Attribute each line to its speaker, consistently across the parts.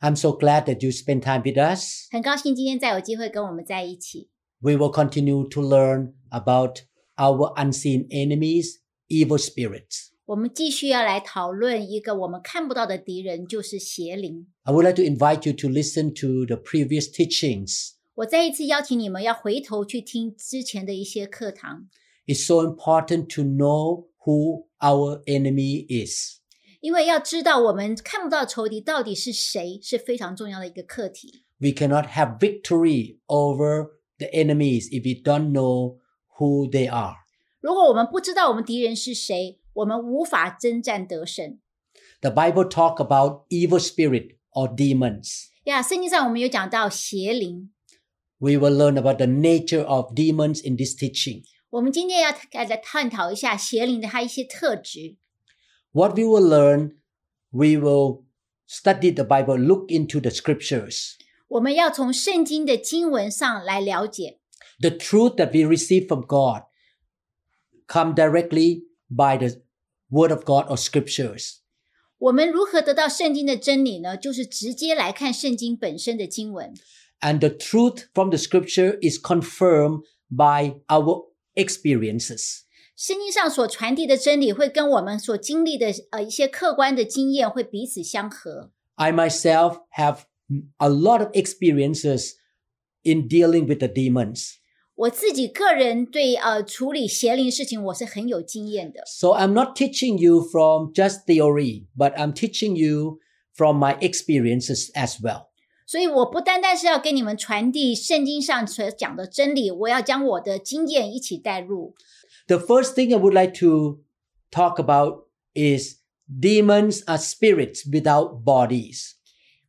Speaker 1: I'm so glad that you spend time with us.
Speaker 2: 很高兴今天再有机会跟我们在一起。
Speaker 1: We will continue to learn about our unseen enemies, evil spirits.
Speaker 2: 我们继续要来讨论一个我们看不到的敌人，就是邪灵。
Speaker 1: I would like to invite you to listen to the previous teachings.
Speaker 2: 我再一次邀请你们要回头去听之前的一些课堂，
Speaker 1: It's so important to know who our enemy is.
Speaker 2: 因为要知道我们看不到仇敌到底是谁，是非常重要的一个课题。
Speaker 1: We cannot have victory over the enemies if we don't know who they are.
Speaker 2: 如果我们不知道我们敌人是谁，我们无法征战得胜。
Speaker 1: The Bible talk about evil spirit or demons.
Speaker 2: 呀，圣经上我们有讲到邪灵，
Speaker 1: We will learn about the nature of demons in this teaching.
Speaker 2: 我们今天要来来探讨一下邪灵的它一些特质。
Speaker 1: What we will learn, we will study the Bible, look into the scriptures.
Speaker 2: 我们要从圣经的经文上来了解
Speaker 1: The truth that we receive from God come directly by the word of God or scriptures.
Speaker 2: 我们如何得到圣经的真理呢？就是直接来看圣经本身的经文，
Speaker 1: And the truth from the scripture is confirmed by our experiences.
Speaker 2: 圣经上所传递的真理会跟我们所经历的呃一些客观的经验会彼此相合。
Speaker 1: I myself have a lot of experiences in dealing with the demons.
Speaker 2: 我自己个人对呃处理邪灵事情我是很有经验的，
Speaker 1: So I'm not teaching you from just theory, but I'm teaching you from my experiences as well.
Speaker 2: 所以我不单单是要给你们传递圣经上所讲的真理，我要将我的经验一起带入。
Speaker 1: The first thing I would like to talk about is demons are spirits without bodies.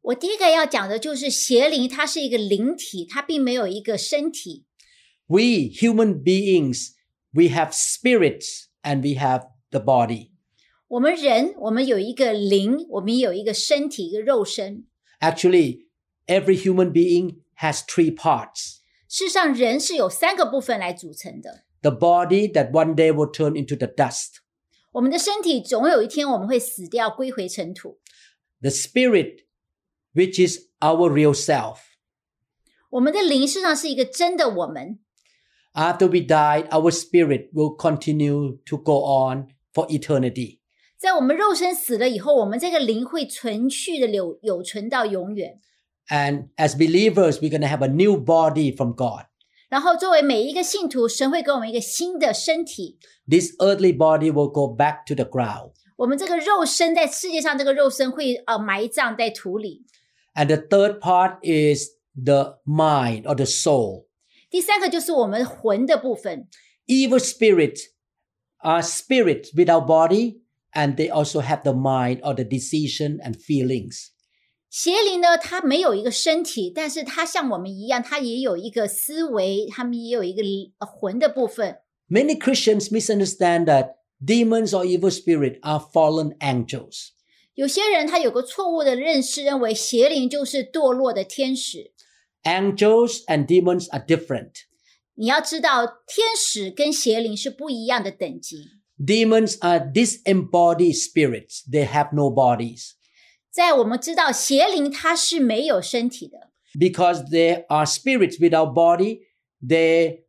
Speaker 2: 我第一个要讲的就是邪灵，它是一个灵体，它并没有一个身体。
Speaker 1: We human beings, we have spirits and we have the body.
Speaker 2: 我们人，我们有一个灵，我们也有一个身体，一个肉身。
Speaker 1: Actually, every human being has three parts.
Speaker 2: 事实上，人是有三个部分来组成的。
Speaker 1: The body that one day will turn into the dust.
Speaker 2: 我们的身体总有一天我们会死掉，归回尘土。
Speaker 1: The spirit, which is our real self.
Speaker 2: 我们的灵事实上是一个真的我们。
Speaker 1: After we died, our spirit will continue to go on for eternity.
Speaker 2: 在我们肉身死了以后，我们这个灵会存续的留有存到永远。
Speaker 1: And as believers, we're going to have a new body from God.
Speaker 2: 然后，作为每一个信徒，神会给我们一个新的身体。
Speaker 1: This earthly body will go back to the ground.
Speaker 2: 我们这个肉身在世界上，这个肉身会呃埋葬在土里。
Speaker 1: And the third part is the mind or the soul.
Speaker 2: 第三个就是我们魂的部分，
Speaker 1: Evil spirits are spirits without body, and they also have the mind or the decision and feelings.
Speaker 2: 邪灵呢，它没有一个身体，但是它像我们一样，它也有一个思维，他们也有一个灵呃魂的部分。
Speaker 1: Many Christians misunderstand that demons or evil spirits are fallen angels.
Speaker 2: 有些人他有个错误的认识，认为邪灵就是堕落的天使。
Speaker 1: angels and demons are different.
Speaker 2: 你要知道，天使跟邪灵是不一样的等级。
Speaker 1: Demons are disembodied spirits. They have no bodies
Speaker 2: 在我们知道邪灵它是没有身体的，
Speaker 1: because they are spirits without body. They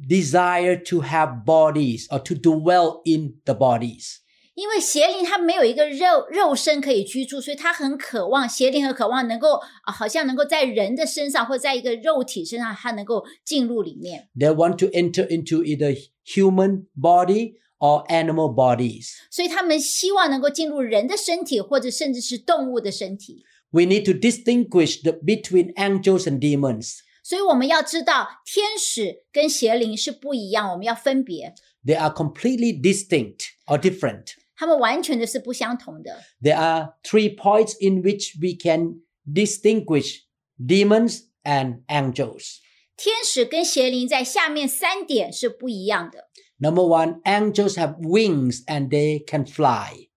Speaker 1: desire to have bodies or to dwell in the bodies.
Speaker 2: 因为邪灵它没有一个肉肉身可以居住，所以它很渴望邪灵很渴望能够、啊好像能够在人的身上或在一个肉体身上，它能够进入里面。
Speaker 1: They want to enter into either human body or animal bodies.
Speaker 2: 所以他们希望能够进入人的身体，或者甚至是动物的身体。
Speaker 1: We need to distinguish the, between angels and demons.
Speaker 2: 所以我们要知道，天使跟邪灵是不一样，我们要分别，
Speaker 1: They are completely distinct or different.
Speaker 2: 他们完全的是不相同的。
Speaker 1: There are three points in which we can distinguish demons and angels.
Speaker 2: 天使跟邪灵在下面三点是不一样的。
Speaker 1: Number one, angels have wings and they can fly.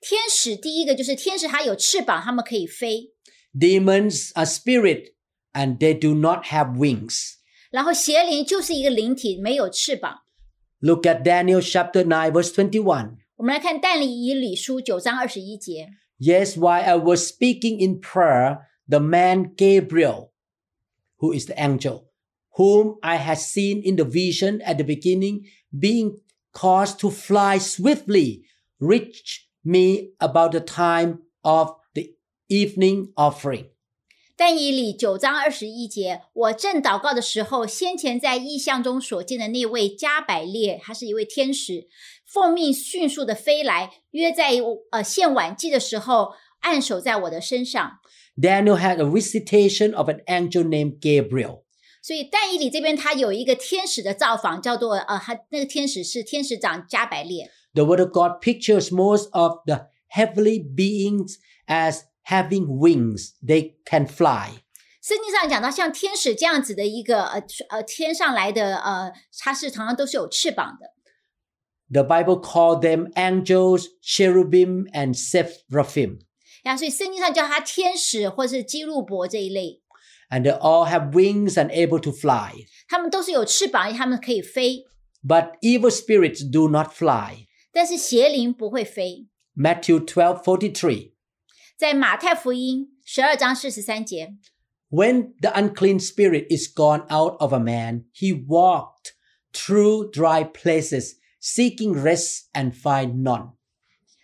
Speaker 2: 天使第一个就是天使，它有翅膀，它们可以飞。
Speaker 1: Demons are spirit and they do not have wings.
Speaker 2: 然后邪灵就是一个灵体，没有翅膀。
Speaker 1: Look at Daniel chapter 9, verse 21.
Speaker 2: 我们来看但以以理书九章二十一节，
Speaker 1: Yes, while I was speaking in prayer, the man Gabriel, who is the angel, whom I had seen in the vision at the beginning, being caused to fly swiftly, reached me about the time of the evening offering.
Speaker 2: 但以理九章二十一节，我正祷告的时候，先前在意象中所见的那位加百列，他是一位天使，奉命迅速的飞来，约在呃献晚祭的时候，按手在我的身上。
Speaker 1: Daniel had a visitation of an angel named Gabriel.
Speaker 2: 所以但以理这边他有一个天使的造访，叫做呃，他那个天使是天使长加百列。
Speaker 1: The Word of God pictures most of the heavenly beings as having wings. They can fly.
Speaker 2: 圣经上讲到像天使这样子的一个呃呃天上来的呃，它是常常都是有翅膀的。
Speaker 1: The Bible called them angels, cherubim, and seraphim,
Speaker 2: 然后所以圣经上叫它天使或是基路伯这一类，
Speaker 1: and they all have wings and able to fly.
Speaker 2: 他们都是有翅膀，他们可以飞，
Speaker 1: But evil spirits do not fly.
Speaker 2: 但是邪灵不会飞。
Speaker 1: Matthew 12 43.
Speaker 2: 在马太福音十二章四十三节，
Speaker 1: When the unclean spirit is gone out of a man, he walked through dry places, seeking rest and find none.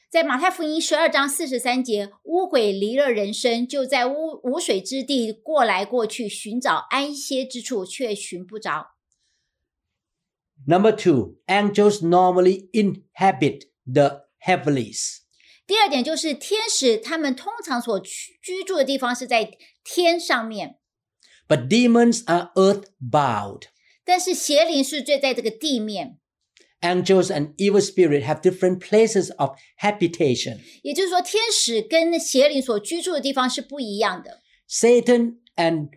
Speaker 2: 在马太福音十二章四十三节，污鬼离了人身，就在污无水之地过来过去，寻找安歇之处，却寻不着。
Speaker 1: Number two, angels normally inhabit the heavens.
Speaker 2: 第二点就是天使，他们通常所居居住的地方是在天上面，
Speaker 1: But demons are earth bound.
Speaker 2: 但是邪灵是最在这个地面，
Speaker 1: Angels and evil spirit have different places of habitation.
Speaker 2: 也就是说，天使跟邪灵所居住的地方是不一样的。
Speaker 1: Satan and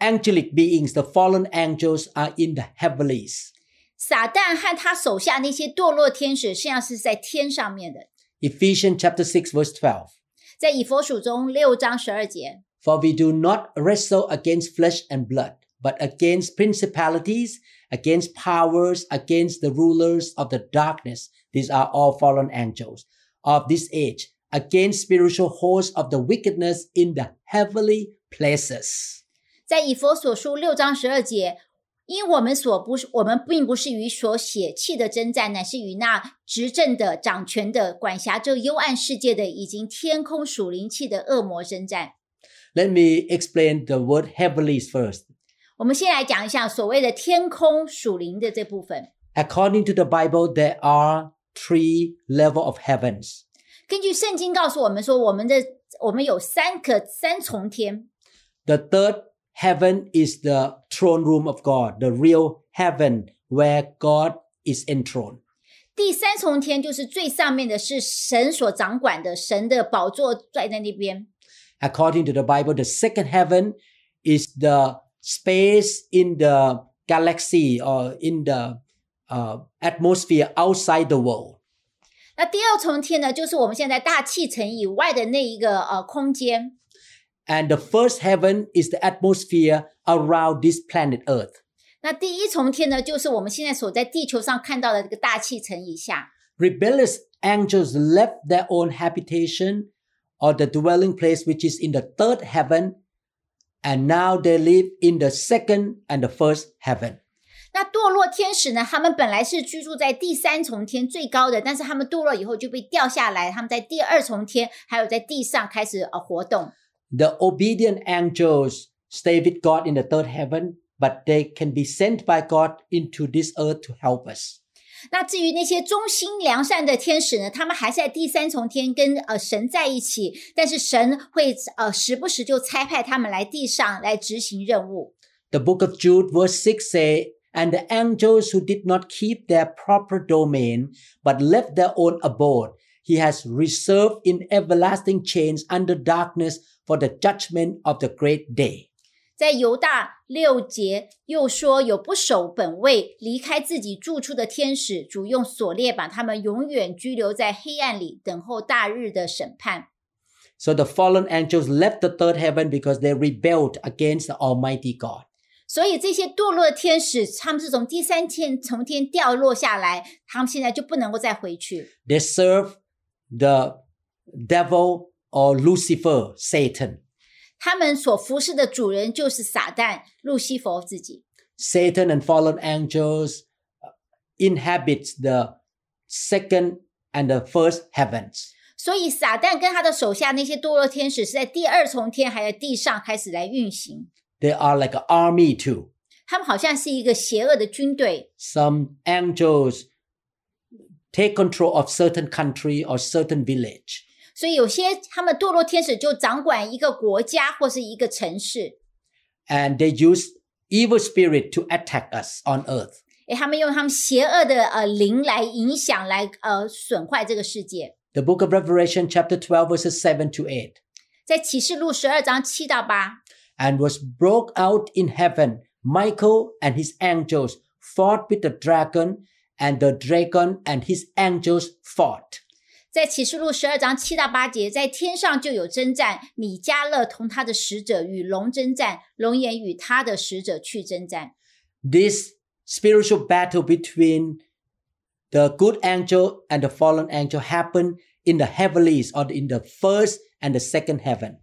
Speaker 1: angelic beings, the fallen angels, are in the heavens.
Speaker 2: 撒旦和他手下那些堕落天使，实际上是在天上面的，
Speaker 1: Ephesians chapter 6, verse 12.
Speaker 2: 在以佛属中六章十二节。
Speaker 1: For we do not wrestle against flesh and blood, but against principalities, against powers, against the rulers of the darkness. These are all fallen angels of this age, against spiritual hosts of the wickedness in the heavenly places.
Speaker 2: 在以佛所书六章十二节，因我们所不是，我们并不是与所血气的征战，乃是与那执政的、掌权的、管辖这幽暗世界的，以及天空属灵气的恶魔征战。
Speaker 1: Let me explain the word heavenly first.
Speaker 2: 我们先来讲一下所谓的天空属灵的这部分。
Speaker 1: According to the Bible, there are three level of heavens.
Speaker 2: 根据圣经告诉我们说，我们的我们有三个三重天，
Speaker 1: The third heaven is the throne room of God, the real heaven where God is enthroned.
Speaker 2: 第三重天就是最上面的是神所掌管的，神的宝座在在那边。
Speaker 1: According to the Bible, the second heaven is the space in the galaxy or in the uh, atmosphere outside the world.
Speaker 2: 那第二重天呢，就是我们现在大气层以外的那一个呃空间。
Speaker 1: And the first heaven is the atmosphere around this planet Earth.
Speaker 2: 那第一重天呢，就是我们现在所在地球上看到的这个大气层以下。
Speaker 1: Rebellious angels left their own habitation or the dwelling place, which is in the third heaven, and now they live in the second and the first heaven.
Speaker 2: 那堕落天使呢，他们本来是居住在第三重天最高的，但是他们堕落以后就被掉下来，他们在第二重天还有在地上开始呃活动。
Speaker 1: The obedient angels stay with God in the third heaven, but they can be sent by God into this earth to help us.
Speaker 2: 那至于那些忠心良善的天使呢，他们还是在第三重天跟呃神在一起，但是神会呃时不时就差派他们来地上来执行任务。
Speaker 1: The book of Jude, verse 6 say, And the angels who did not keep their proper domain, but left their own abode, he has reserved in everlasting chains under darkness for the judgment of the great day.
Speaker 2: 在犹大六节又说，有不守本位、离开自己住处的天使，主用锁链把他们永远拘留在黑暗里，等候大日的审判。
Speaker 1: So the fallen angels left the third heaven because they rebelled against the Almighty God.
Speaker 2: 所以这些堕落的天使，他们是从第三天从天掉落下来，他们现在就不能够再回去。
Speaker 1: They serve the devil or Lucifer, Satan.
Speaker 2: 他们所服侍的主人就是撒旦、路西弗自己。
Speaker 1: Satan and fallen angels uh, inhabits the second and the first heavens.
Speaker 2: 所以撒旦跟他的手下那些堕落天使是在第二重天还在地上开始来运行，
Speaker 1: They are like an army too.
Speaker 2: 他们好像是一个邪恶的军队。
Speaker 1: Some angels take control of certain country or certain village.
Speaker 2: 所以有些他们堕落天使就掌管一个国家或是一个城市，
Speaker 1: and they use evil spirit to attack us on earth.
Speaker 2: 诶，他们用他们邪恶的呃灵来影响，来呃损坏这个世界。
Speaker 1: The book of Revelation, chapter 12, verses 7 to 8.
Speaker 2: 在启示录十二章七到八，
Speaker 1: And was broke out in heaven. Michael and his angels fought with the dragon, and the dragon and his angels fought.
Speaker 2: 在启示录十二章七到八节，在天上就有征战，米迦勒同他的使者与龙征战，龙也与他的使者去征战。
Speaker 1: This spiritual battle between the good angel and the fallen angel happened in the heavenlies or in the first and the second heaven.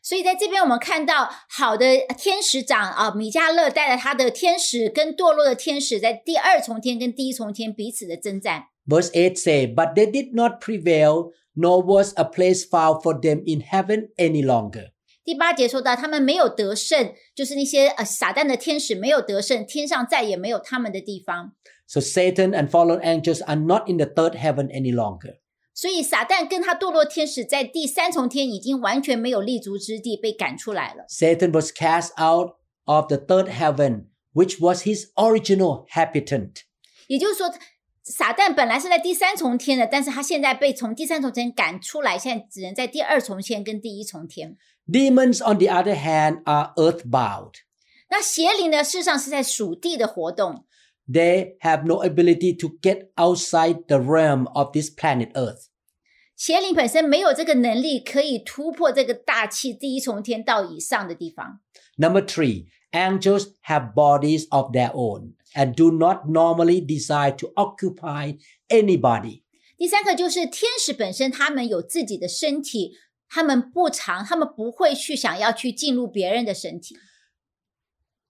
Speaker 2: 所以在这边我们看到，好的天使长啊，米迦勒带着他的天使跟堕落的天使，在第二重天跟第一重天彼此的征战。
Speaker 1: Verse 8 say, But they did not prevail, nor was a place found for them in heaven any longer.
Speaker 2: 第八节说到，他们没有得胜，就是那些呃撒旦的天使没有得胜，天上再也没有他们的地方。
Speaker 1: So Satan and fallen angels are not in the third heaven any longer.
Speaker 2: 所以撒旦跟他堕落天使在第三重天已经完全没有立足之地，被赶出来了。
Speaker 1: Satan was cast out of the third heaven, which was his original habitant.
Speaker 2: 也就是说，撒旦本来是在第三重天的，但是他现在被从第三重天赶出来，现在只能在第二重天跟第一重天。
Speaker 1: Demons, on the other hand, are earthbound.
Speaker 2: 那邪灵呢，事实上是在属地的活动，
Speaker 1: They have no ability to get outside the realm of this planet Earth.
Speaker 2: 邪灵本身没有这个能力可以突破这个大气第一重天到以上的地方。
Speaker 1: Number three, angels have bodies of their own and do not normally desire to occupy anybody.
Speaker 2: 第三个就是天使本身，他们有自己的身体，他们不常，他们不会去想要去进入别人的身体。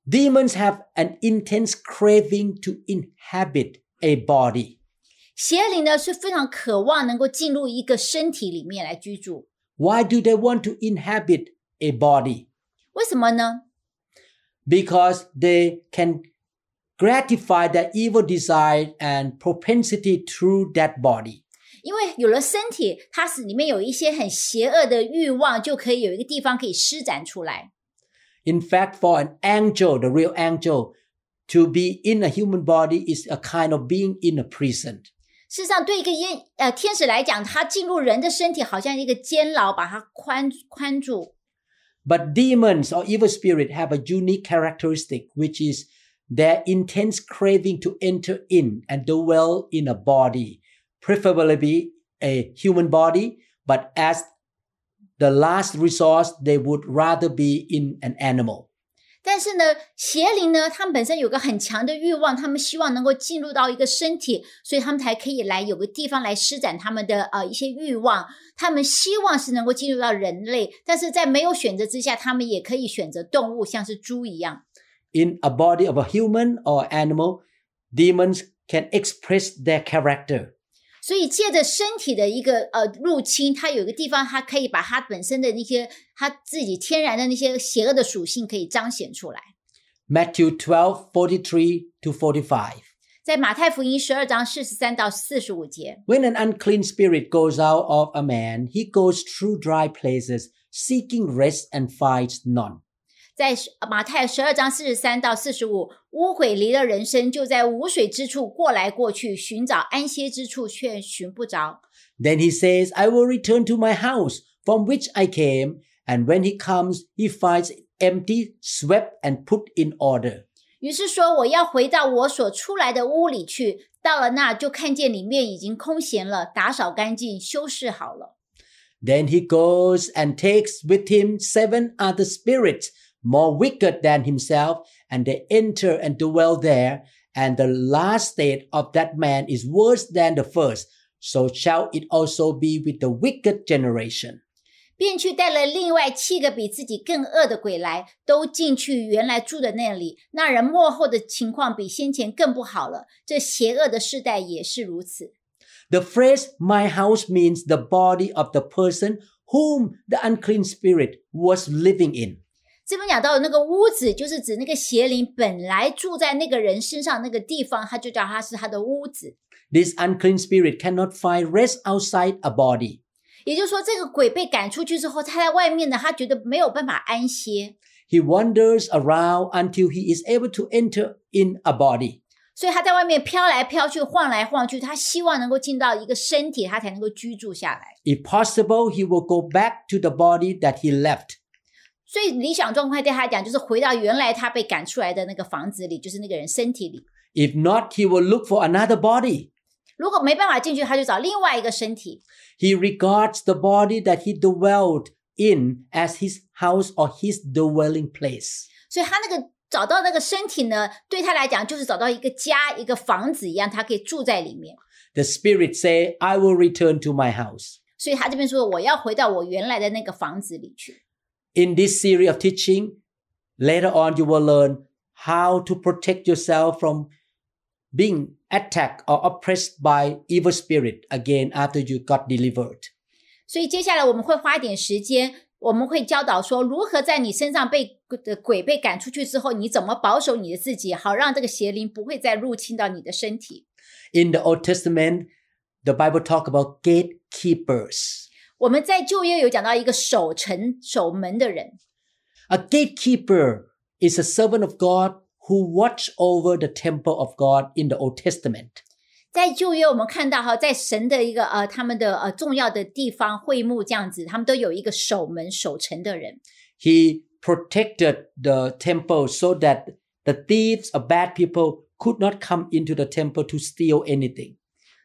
Speaker 1: Demons have an intense craving to inhabit a body.
Speaker 2: 邪灵呢是非常渴望能够进入一个身体里面来居住，
Speaker 1: Why do they want to inhabit a body?
Speaker 2: 为什么呢？
Speaker 1: Because they can gratify their evil desire and propensity through that body.
Speaker 2: 因为有了身体，它是里面有一些很邪恶的欲望，就可以有一个地方可以施展出来。
Speaker 1: In fact, for an angel, the real angel, to be in a human body is a kind of being in a prison.
Speaker 2: 事实上，对一个烟呃天使来讲，他进入人的身体，好像一个监牢，把它宽宽住。
Speaker 1: But demons or evil spirit have a unique characteristic, which is their intense craving to enter in and dwell in a body, preferably a human body. But as the last resource, they would rather be in an animal.
Speaker 2: 但是呢，邪灵呢，他们本身有个很强的欲望，他们希望能够进入到一个身体，所以他们才可以来有个地方来施展他们的呃一些欲望。他们希望是能够进入到人类，但是在没有选择之下，他们也可以选择动物，像是猪一样。
Speaker 1: In a body of a human or animal, demons can express their character.
Speaker 2: 所以借着身体的一个呃入侵，它有一个地方，它可以把它本身的那些它自己天然的那些邪恶的属性可以彰显出来。
Speaker 1: Matthew 12, 43 to 45.
Speaker 2: 在马太福音十二章四十三到四十五节，
Speaker 1: When an unclean spirit goes out of a man, he goes through dry places, seeking rest and finds none.
Speaker 2: 在马太十二章四十三到四十五，污鬼离了人身，就在无水之处过来过去，寻找安歇之处，却寻不着。
Speaker 1: Then he says, I will return to my house from which I came. And when he comes, he finds emptied, swept, and put in order.
Speaker 2: 于是说我要回到我所出来的屋里去，到了那就看见里面已经空闲了，打扫干净，修饰好了。
Speaker 1: Then he goes and takes with him seven other spirits more wicked than himself, and they enter and dwell there. And the last state of that man is worse than the first. So shall it also be with the wicked generation.
Speaker 2: 便去带了另外七个比自己更恶的鬼来，都进去原来住的那里。那人幕后的情况比先前更不好了，这邪恶的世代也是如此。
Speaker 1: The phrase my house means the body of the person whom the unclean spirit was living in.
Speaker 2: 这边讲到的那个屋子，就是指那个邪灵本来住在那个人身上那个地方，他就叫他是他的屋子。
Speaker 1: This unclean spirit cannot find rest outside a body.
Speaker 2: 也就是说，这个鬼被赶出去之后，他在外面呢，他觉得没有办法安歇，
Speaker 1: He wanders around until he is able to enter in a body.
Speaker 2: 所以他在外面飘来飘去，晃来晃去，他希望能够进到一个身体，他才能够居住下来。
Speaker 1: If possible, he will go back to the body that he left.
Speaker 2: 所以理想状态对他来讲，就是回到原来他被赶出来的那个房子里，就是那个人身体里。
Speaker 1: If not, he will look for another body.
Speaker 2: 如果没办法进去，他就找另外一个身体。
Speaker 1: He regards the body that he dwelled in as his house or his dwelling place.
Speaker 2: 所以他那个找到那个身体呢，对他来讲就是找到一个家、一个房子一样，他可以住在里面。
Speaker 1: The spirit say, I will return to my house.
Speaker 2: 所以他这边说，我要回到我原来的那个房子里去。
Speaker 1: In this series of teaching, later on you will learn how to protect yourself from being attacked or oppressed by evil spirit again after you got delivered.
Speaker 2: 所以接下来我们会花一点时间，我们会教导说如何在你身上被的鬼被赶出去之后，你怎么保守你的自己，好让这个邪灵不会再入侵到你的身体。
Speaker 1: In the Old Testament, the Bible talk about gatekeepers.
Speaker 2: 我们在旧约有讲到一个守城守门的人，
Speaker 1: A gatekeeper is a servant of God who watch over the temple of God in the Old Testament.
Speaker 2: 在旧约我们看到哈，在神的一个呃他们的呃重要的地方会幕这样子，他们都有一个守门守城的人。
Speaker 1: He protected the temple so that the thieves or bad people could not come into the temple to steal anything.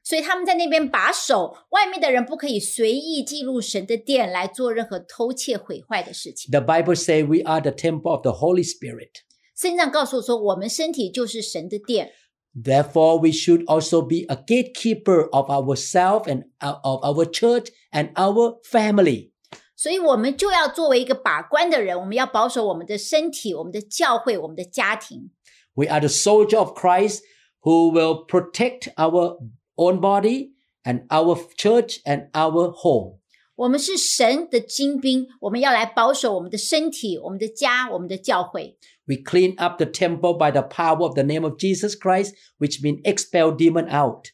Speaker 2: 所以他们在那边把守，外面的人不可以随意进入神的殿来做任何偷窃、毁坏的事情。
Speaker 1: The Bible says we are the temple of the Holy Spirit.
Speaker 2: 圣经上告诉我说，我们身体就是神的殿，
Speaker 1: Therefore, we should also be a gatekeeper of ourselves and uh, of our church and our family.
Speaker 2: 所以我们就要作为一个把关的人，我们要保守我们的身体、我们的教会、我们的家庭。
Speaker 1: We are the soldier of Christ who will protect our own body and our church and our home.
Speaker 2: 我们是神的精兵，我们要来保守我们的身体、我们的家、我们的教会。
Speaker 1: We clean up the temple by the power of the name of Jesus Christ, which means expel demon out.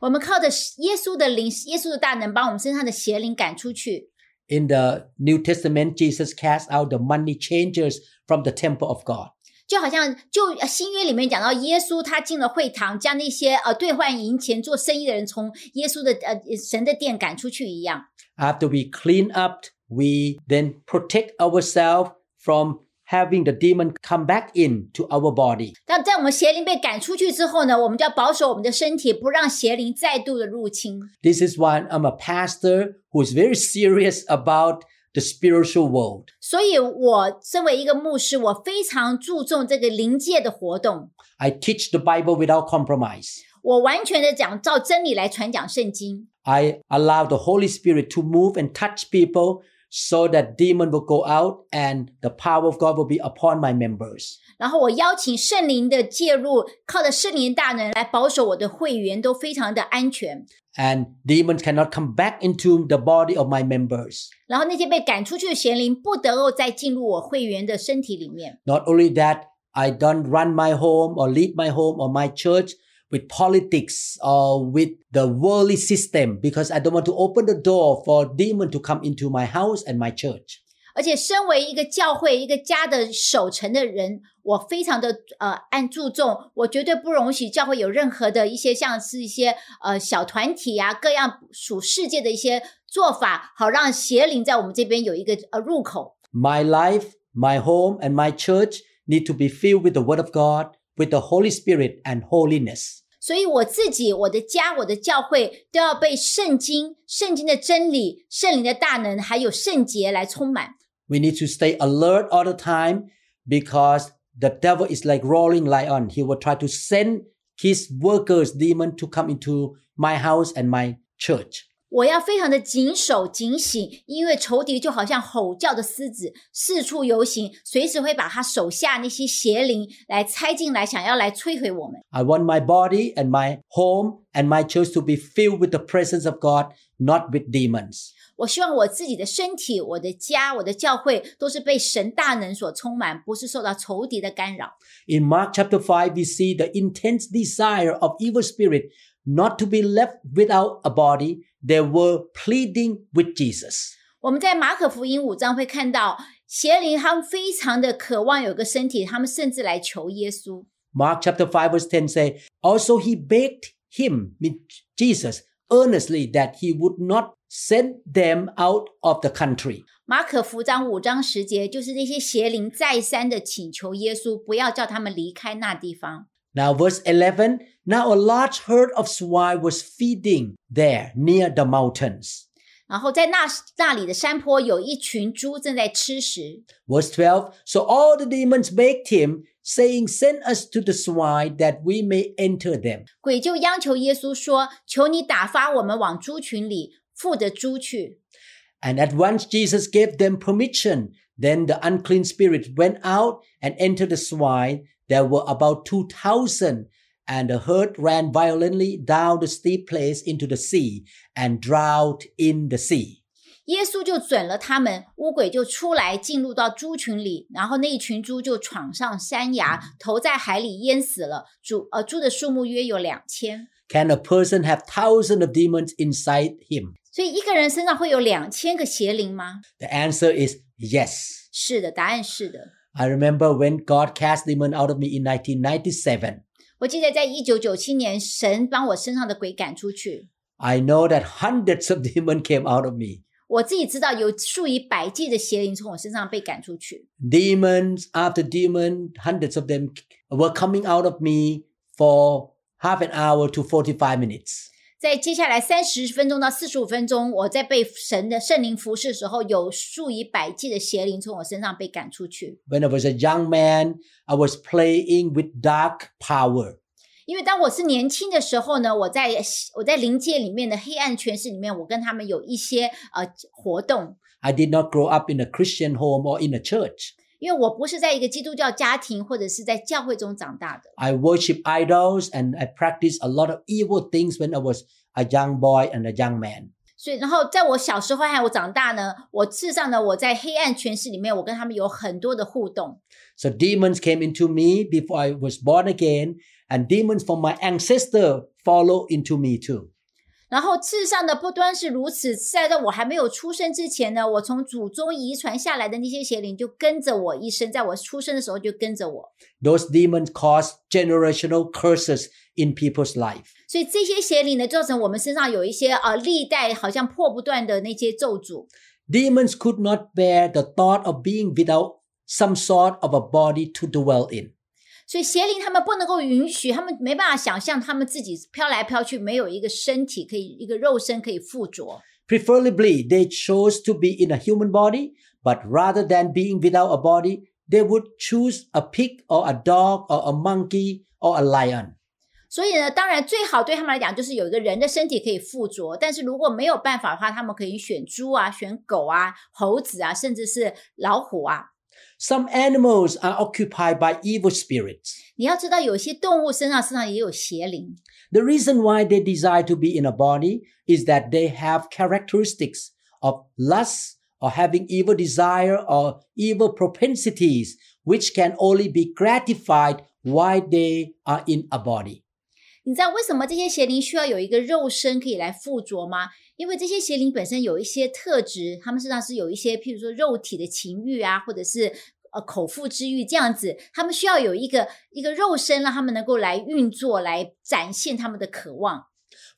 Speaker 2: 我们靠着耶稣的灵、耶稣的大能，把我们身上的邪灵赶出去。
Speaker 1: In the New Testament, Jesus cast out the money changers from the temple of God.
Speaker 2: 就好像就呃新约里面讲到，耶稣他进了会堂，将那些呃兑换银钱做生意的人从耶稣的呃神的殿赶出去一样。
Speaker 1: After we clean up, we then protect ourselves from having the demon come back into our body.
Speaker 2: 那在我们邪灵被赶出去之后呢，我们就要保守我们的身体，不让邪灵再度的入侵。
Speaker 1: This is why I'm a pastor who is very serious about the spiritual world.
Speaker 2: 所以，我身为一个牧师，我非常注重这个灵界的活动。
Speaker 1: I teach the Bible without compromise.
Speaker 2: 我完全的讲照真理来传讲圣经，
Speaker 1: I allow the Holy Spirit to move and touch people so that demon will go out and the power of God will be upon my members.
Speaker 2: 然后我邀请圣灵的介入，靠着圣灵的大能来保守我的会员都非常的安全。
Speaker 1: And demons cannot come back into the body of my members.
Speaker 2: 然后那些被赶出去的邪灵不得够再进入我会员的身体里面。
Speaker 1: Not only that, I don't run my home or lead my home or my church with politics or with the worldly system because I don't want to open the door for demon to come into my house and my church.
Speaker 2: 而且，身为一个教会、一个家的守城的人，我非常的呃按注重，我绝对不容许教会有任何的一些像是一些呃小团体啊，各样属世界的一些做法，好让邪灵在我们这边有一个呃入口。
Speaker 1: My life, My home and my church need to be filled with the Word of God, with the Holy Spirit and holiness.
Speaker 2: 所以我自己、我的家、我的教会都要被圣经、圣经的真理、圣灵的大能还有圣洁来充满。
Speaker 1: We need to stay alert all the time because the devil is like roaring lion. He will try to send his workers, demon, to come into my house and my church.
Speaker 2: 我要非常的谨守、警醒，因为仇敌就好像吼叫的狮子，四处游行，随时会把他手下那些邪灵来拆进来，想要来摧毁我们。
Speaker 1: I want my body and my home and my church to be filled with the presence of God, not with demons.
Speaker 2: 我希望我自己的身体、我的家、我的教会都是被神大能所充满，不是受到仇敌的干扰。
Speaker 1: In Mark chapter 5, we see the intense desire of evil spirit not to be left without a body. They were pleading with Jesus.
Speaker 2: 我们在马可福音五章会看到邪灵，他们非常的渴望有个身体，他们甚至来求耶稣。
Speaker 1: Mark chapter 5 verse 10 say, also he begged him, mean Jesus, earnestly that he would not send them out of the country.
Speaker 2: 马可福章五章十节，就是这些邪灵再三的请求耶稣，不要叫他们离开那地方。
Speaker 1: Now verse 11, now a large herd of swine was feeding there near the mountains.
Speaker 2: 然后在那那里的山坡有一群猪正在吃食。
Speaker 1: Verse 12 So all the demons begged him, saying, Send us to the swine that we may enter them.
Speaker 2: 鬼就央求耶稣说：“求你打发我们往猪群里，附着猪去。
Speaker 1: And at once Jesus gave them permission. Then the unclean spirit went out and entered the swine. There were about 2,000, and the herd ran violently down the steep place into the sea and drowned in the sea. ”
Speaker 2: 耶稣就准了他们，乌鬼就出来进入到猪群里，然后那一群猪就闯上山崖，投在海里淹死了。猪呃猪的数目约有两千。
Speaker 1: Can a person have thousands of demons inside him?
Speaker 2: 所以一个人身上会有两千个邪灵吗？
Speaker 1: The answer is yes.
Speaker 2: 是的，答案是的。
Speaker 1: I remember when God cast demon out of me in 1997.
Speaker 2: 我记得在一九九七年，神帮我身上的鬼赶出去。
Speaker 1: I know that hundreds of demons came out of me.
Speaker 2: 我自己知道有数以百计的邪灵从我身上被赶出去，
Speaker 1: Demons after demon, hundreds of them were coming out of me for half an hour to 45 minutes.
Speaker 2: 在接下来三十分钟到四十五分钟，我在被神的圣灵服侍的时候，有数以百计的邪灵从我身上被赶出去。
Speaker 1: When I was a young man, I was playing with dark power.
Speaker 2: 因为当我是年轻的时候呢，我在我在灵界里面的黑暗权势里面，我跟他们有一些呃活动，
Speaker 1: I did not grow up in a Christian home or in a church.
Speaker 2: 因为我不是在一个基督教家庭或者是在教会中长大的。
Speaker 1: I worship idols and I practiced a lot of evil things when I was a young boy and a young man.
Speaker 2: 所以，然后在我小时候还有我长大呢，我事实上呢，我在黑暗权势里面，我跟他们有很多的互动。
Speaker 1: So demons came into me before I was born again, and demons from my ancestor follow into me too.
Speaker 2: 然后事实上呢，不单是如此，在在我还没有出生之前呢，我从祖宗遗传下来的那些邪灵就跟着我一生，在我出生的时候就跟着我。
Speaker 1: Those demons cause generational curses in people's life.
Speaker 2: 所以这些邪灵呢，造成我们身上有一些呃历代好像破不断的那些咒诅。
Speaker 1: Demons could not bear the thought of being without some sort of a body to dwell in.
Speaker 2: 所以邪灵他们不能够允许，他们没办法想象他们自己飘来飘去，没有一个身体可以一个肉身可以附着。
Speaker 1: Preferably, they chose to be in a human body, but rather than being without a body, they would choose a pig or a dog or a monkey or a lion.
Speaker 2: 所以呢，当然最好对他们来讲就是有一个人的身体可以附着，但是如果没有办法的话，他们可以选猪啊、选狗啊、猴子啊，甚至是老虎啊。
Speaker 1: Some animals are occupied by evil spirits.
Speaker 2: 你要知道，有些动物身上身上也有邪灵，
Speaker 1: The reason why they desire to be in a body is that they have characteristics of lust or having evil desire or evil propensities, which can only be gratified while they are in a body.
Speaker 2: 你知道为什么这些邪灵需要有一个肉身可以来附着吗？因为这些邪灵本身有一些特质，他们身上是有一些，譬如说肉体的情欲啊，或者是呃口腹之欲这样子，他们需要有一个一个肉身，让他们能够来运作，来展现他们的渴望。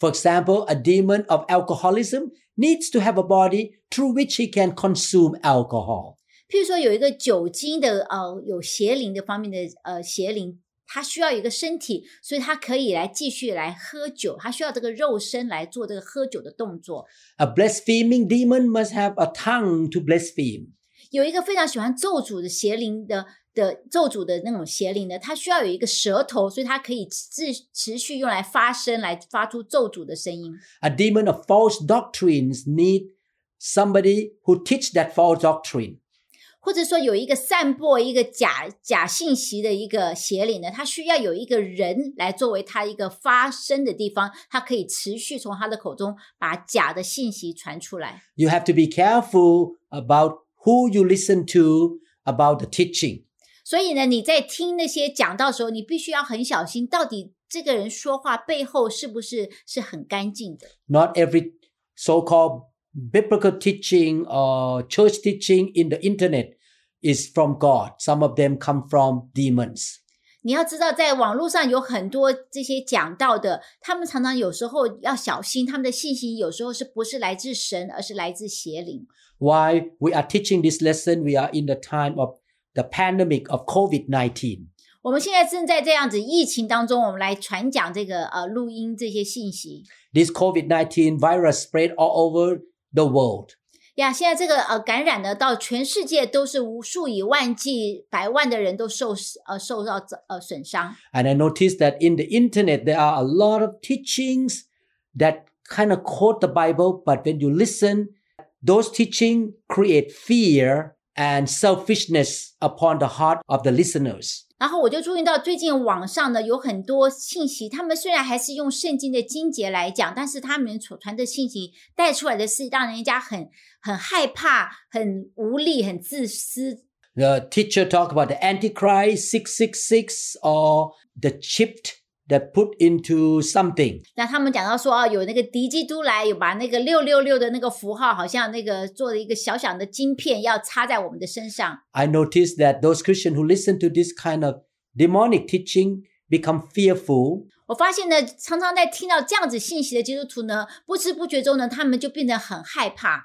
Speaker 1: For example, a demon of alcoholism needs to have a body through which he can consume alcohol.
Speaker 2: 譬如说有一个酒精的呃有邪灵的方面的呃邪灵，他需要一个身体，所以他可以来继续来喝酒，他需要这个肉身来做这个喝酒的动作。
Speaker 1: A blaspheming demon must have a tongue to blaspheme.
Speaker 2: 有一个非常喜欢咒诅的邪灵的的咒诅的那种邪灵呢，它需要有一个舌头，所以它可以持持续用来发声，来发出咒诅的声音。
Speaker 1: A demon of false doctrines need somebody who teach that false doctrine.
Speaker 2: 或者说有一个散播一个假假信息的一个邪灵呢，它需要有一个人来作为它一个发声的地方，它可以持续从他的口中把假的信息传出来。
Speaker 1: You have to be careful about who you listen to, about the teaching.
Speaker 2: 所以呢，你在听那些讲道的时候，你必须要很小心，到底这个人说话背后是不是是很干净的？
Speaker 1: Not every so-called biblical teaching or church teaching in the internet is from God. Some of them come from demons.
Speaker 2: 你要知道，在网络上有很多这些讲道的，他们常常有时候要小心，他们的信息有时候是不是来自神，而是来自邪灵。
Speaker 1: Why we are teaching this lesson, we are in the time of the pandemic of COVID-19.
Speaker 2: 我们现在正在这样子疫情当中，我们来传讲这个呃录音这些信息
Speaker 1: This COVID-19 virus spread all over the world.
Speaker 2: 呀。现在这个呃感染呢，到全世界都是无数以万计、百万的人都受呃受到呃损伤。
Speaker 1: And I noticed that in the internet, there are a lot of teachings that kind of quote the Bible, but when you listen, those teaching create fear and selfishness upon the heart of the listeners.
Speaker 2: 然后我就注意到，最近网上呢有很多信息，他们虽然还是用圣经的经节来讲，但是他们所传的信息带出来的是让人家很很害怕、很无力、很自私。
Speaker 1: The teacher talk about the Antichrist 666 or the chip that put into something.
Speaker 2: 那他们讲到说啊，有那个敌基督来，有把那个六六六的那个符号，好像那个做了一个小小的晶片，要插在我们的身上。
Speaker 1: I noticed that those Christians who listen to this kind of demonic teaching become fearful
Speaker 2: 我发现呢，常常在听到这样子信息的基督徒呢，不知不觉中呢，他们就变得很害怕，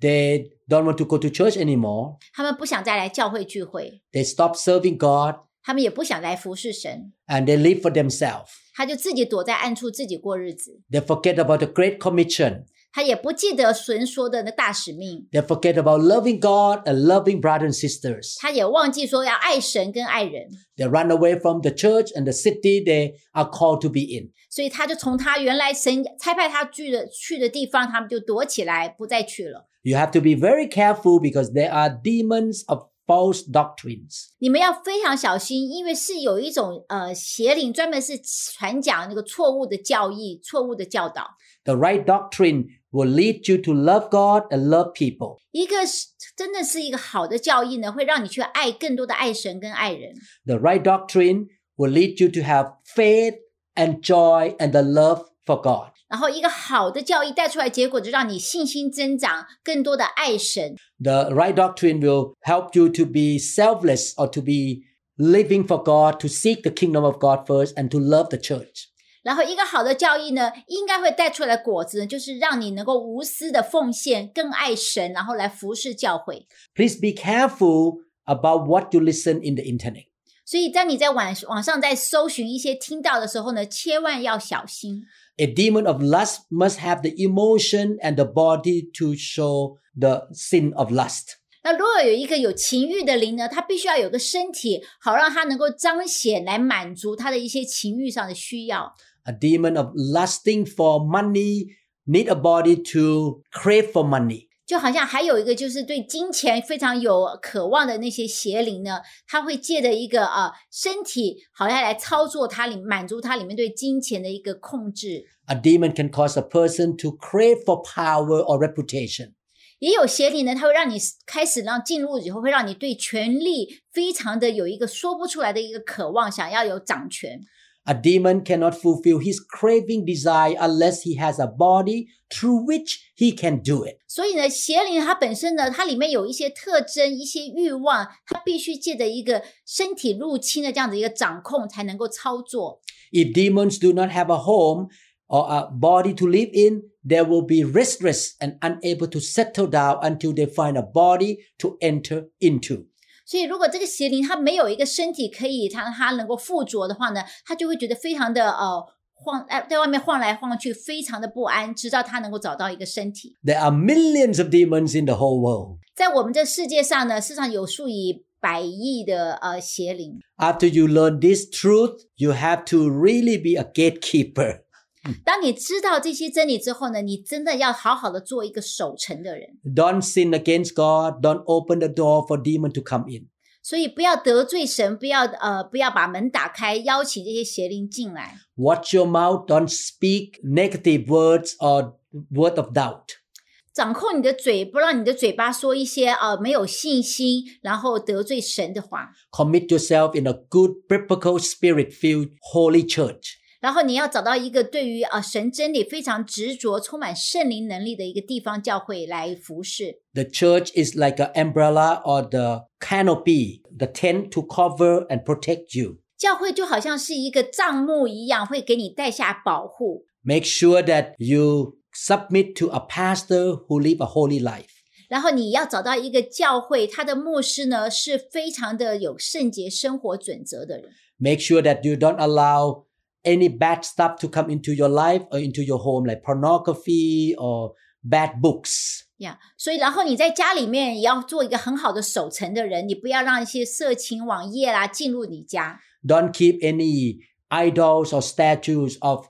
Speaker 1: they don't want to go to church anymore.
Speaker 2: 他们不想再来教会聚会，
Speaker 1: They stop serving God
Speaker 2: 他们也不想来服侍神。
Speaker 1: and they live for themselves.
Speaker 2: 他就自己躲在暗处自己过日子，
Speaker 1: They forget about the Great Commission.
Speaker 2: 他也不记得神说的那大使命，
Speaker 1: They forget about loving God and loving brothers and sisters.
Speaker 2: 他也忘记说要爱神跟爱人，
Speaker 1: They run away from the church and the city they are called to be in.
Speaker 2: 所以他就从他原来神差派他去的去的地方，他们就躲起来，不再去了。
Speaker 1: You have to be very careful because there are demons of false doctrines.
Speaker 2: 你们要非常小心，因为是有一种呃邪灵，专门是传讲那个错误的教义、错误的教导。
Speaker 1: The right doctrine will lead you to love God and love people.
Speaker 2: 一个是真的是一个好的教义呢，会让你去爱更多的爱神跟爱人。
Speaker 1: The right doctrine will lead you to have faith and joy and the love for God.
Speaker 2: 然后一个好的教义带出来，结果就让你信心增长，更多的爱神，
Speaker 1: The right doctrine will help you to be selfless or to be living for God, to seek the kingdom of God first, and to love the church.
Speaker 2: 然后，一个好的教义呢，应该会带出来的果子呢，就是让你能够无私的奉献，更爱神，然后来服侍教会。
Speaker 1: Please be careful about what you listen in the internet.
Speaker 2: 所以，当你在网网上在搜寻一些听到的时候呢，千万要小心。
Speaker 1: A demon of lust must have the emotion and the body to show the sin of lust.
Speaker 2: 那如果有一个有情欲的灵呢，他必须要有个身体，好让他能够彰显来满足他的一些情欲上的需要。
Speaker 1: A demon of lusting for money need a body to crave for money.
Speaker 2: 就好像还有一个就是对金钱非常有渴望的那些邪灵呢，他会借着一个啊、呃身体，好像来操作它里满足它里面对金钱的一个控制。
Speaker 1: A demon can cause a person to crave for power or reputation.
Speaker 2: 也有邪灵呢，它会让你开始让进入以后，会让你对权力非常的有一个说不出来的一个渴望，想要有掌权。
Speaker 1: A demon cannot fulfill his craving desire unless he has a body through which he can do it.
Speaker 2: 所以呢，邪灵它本身呢，它里面有一些特征、一些欲望，它必须借着一个身体入侵的这样子一个掌控，才能够操作。
Speaker 1: If demons do not have a home, or a body to live in, they will be restless and unable to settle down until they find a body to enter into.
Speaker 2: 所以，如果这个邪灵他没有一个身体可以让他能够附着的话呢，他就会觉得非常的呃晃，哎，在外面晃来晃去，非常的不安，直到他能够找到一个身体。
Speaker 1: There are millions of demons in the whole world.
Speaker 2: 在我们这世界上呢，世上有数以百亿的呃邪灵。
Speaker 1: After you learn this truth, you have to really be a gatekeeper.
Speaker 2: 当你知道这些真理之后呢，你真的要好好的做一个守城的人。
Speaker 1: Don't sin against God. Don't open the door for demon to come in.
Speaker 2: 所以，不要得罪神，不要呃，不要把门打开，邀请这些邪灵进来。
Speaker 1: Watch your mouth. Don't speak negative words or word of doubt.
Speaker 2: 掌控你的嘴，不让你的嘴巴说一些呃没有信心，然后得罪神的话。
Speaker 1: Commit yourself in a good, biblical, spirit-filled, holy church.
Speaker 2: 然后你要找到一个对于啊、呃神真理非常执着、充满圣灵能力的一个地方教会来服侍。
Speaker 1: The church is like an umbrella or the canopy, the tent to cover and protect you.
Speaker 2: 教会就好像是一个帐幕一样，会给你带下保护。
Speaker 1: Make sure that you submit to a pastor who live a holy life.
Speaker 2: 然后你要找到一个教会，他的牧师呢是非常的有圣洁生活准则的人。
Speaker 1: Make sure that you don't allow any bad stuff to come into your life or into your home, like pornography or bad books.
Speaker 2: 呀、所以然后你在家里面也要做一个很好的守城的人，你不要让一些色情网页啦进入你家。
Speaker 1: Don't keep any idols or statues of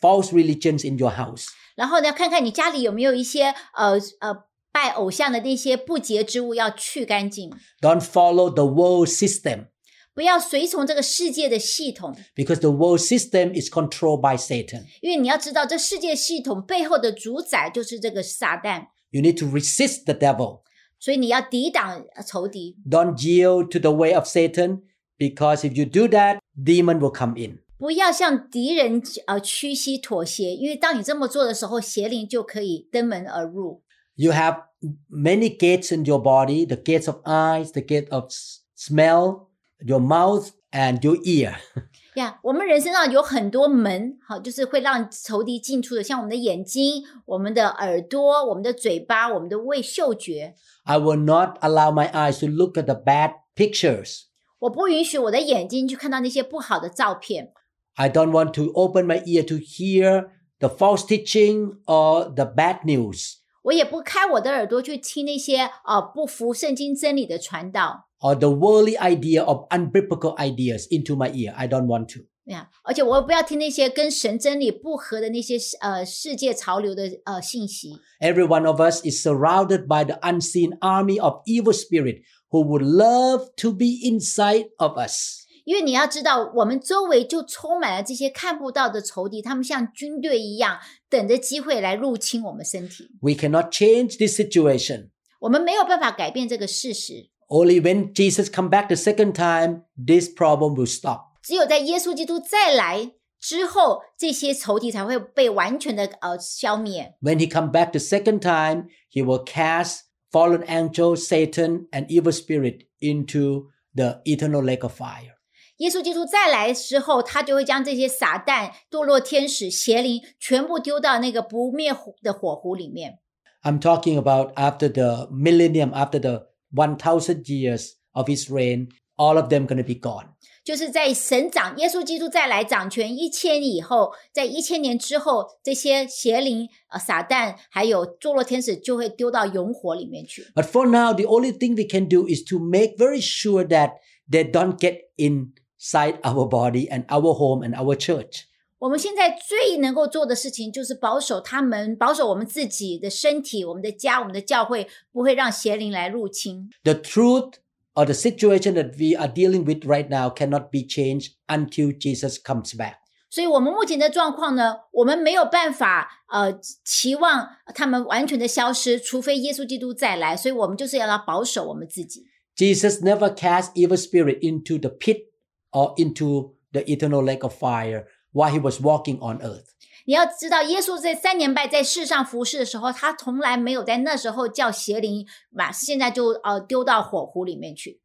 Speaker 1: false religions in your house.
Speaker 2: 然后呢，看看你家里有没有一些呃呃拜偶像的那些不洁之物要去干净，
Speaker 1: Don't follow the world system
Speaker 2: 不要随从这个世界的系统，
Speaker 1: because the world system is controlled by Satan.
Speaker 2: 因为你要知道，这世界系统背后的主宰就是这个撒旦，
Speaker 1: You need to resist the devil.
Speaker 2: 所以你要抵挡呃仇敌，
Speaker 1: Don't yield to the way of Satan because if you do that, demon will come in.
Speaker 2: 不要向敌人呃屈膝妥协，因为当你这么做的时候，邪灵就可以登门而入。
Speaker 1: You have many gates in your body, the gates of eyes, the gate of s- smell, your mouth and your ear.
Speaker 2: 呀我们人身上有很多门，好，就是会让仇敌进出的，像我们的眼睛、我们的耳朵、我们的嘴巴、我们的味嗅觉，
Speaker 1: I will not allow my eyes to look at the bad pictures.
Speaker 2: 我不允许我的眼睛去看到那些不好的照片，
Speaker 1: I don't want to open my ear to hear the false teaching or the bad news
Speaker 2: 我也不开我的耳朵去听那些呃不服圣经真理的传道
Speaker 1: or the worldly idea of unbiblical ideas into my ear. I don't want to.
Speaker 2: 呀。而且我也不要听那些跟神真理不合的那些呃世界潮流的呃信息。
Speaker 1: Every one of us is surrounded by the unseen army of evil spirit who would love to be inside of us.
Speaker 2: 因为你要知道，我们周围就充满了这些看不到的仇敌，他们像军队一样，等着机会来入侵我们身体。
Speaker 1: We cannot change this situation.
Speaker 2: 我们没有办法改变这个事实，
Speaker 1: Only when Jesus come back the second time, this problem will stop.
Speaker 2: 只有在耶稣基督再来之后，这些仇敌才会被完全的呃消灭。
Speaker 1: When he come back the second time, he will cast fallen angel, Satan, and evil spirit into the eternal lake of fire.
Speaker 2: 耶稣基督再来之后，他就会将这些撒旦、堕落天使、邪灵全部丢到那个不灭火的火湖里面。
Speaker 1: I'm talking about after the millennium, after the 1000 years of his reign, all of them going to be gone.
Speaker 2: 就是在神掌耶稣基督再来掌权一千以后，在一千年之后，这些邪灵、呃撒旦还有堕落天使就会丢到永火里面去。
Speaker 1: But for now, the only thing we can do is to make very sure that they don't get inside our body and our home and our church.
Speaker 2: 我们现在最能够做的事情，就是保守他们，保守我们自己的身体、我们的家、我们的教会，不会让邪灵来入侵。
Speaker 1: The truth or the situation that we are dealing with right now cannot be changed until Jesus comes back.
Speaker 2: 所以，我们目前的状况呢，我们没有办法呃期望他们完全的消失，除非耶稣基督再来。所以我们就是要来保守我们自己。
Speaker 1: Jesus never cast evil spirit into the pit or into the eternal lake of fire while he was walking on earth.
Speaker 2: 你要知道，耶稣在三年半在世上服侍的时候，他从来没有在那时候叫邪灵把现在就呃丢到火湖里面去。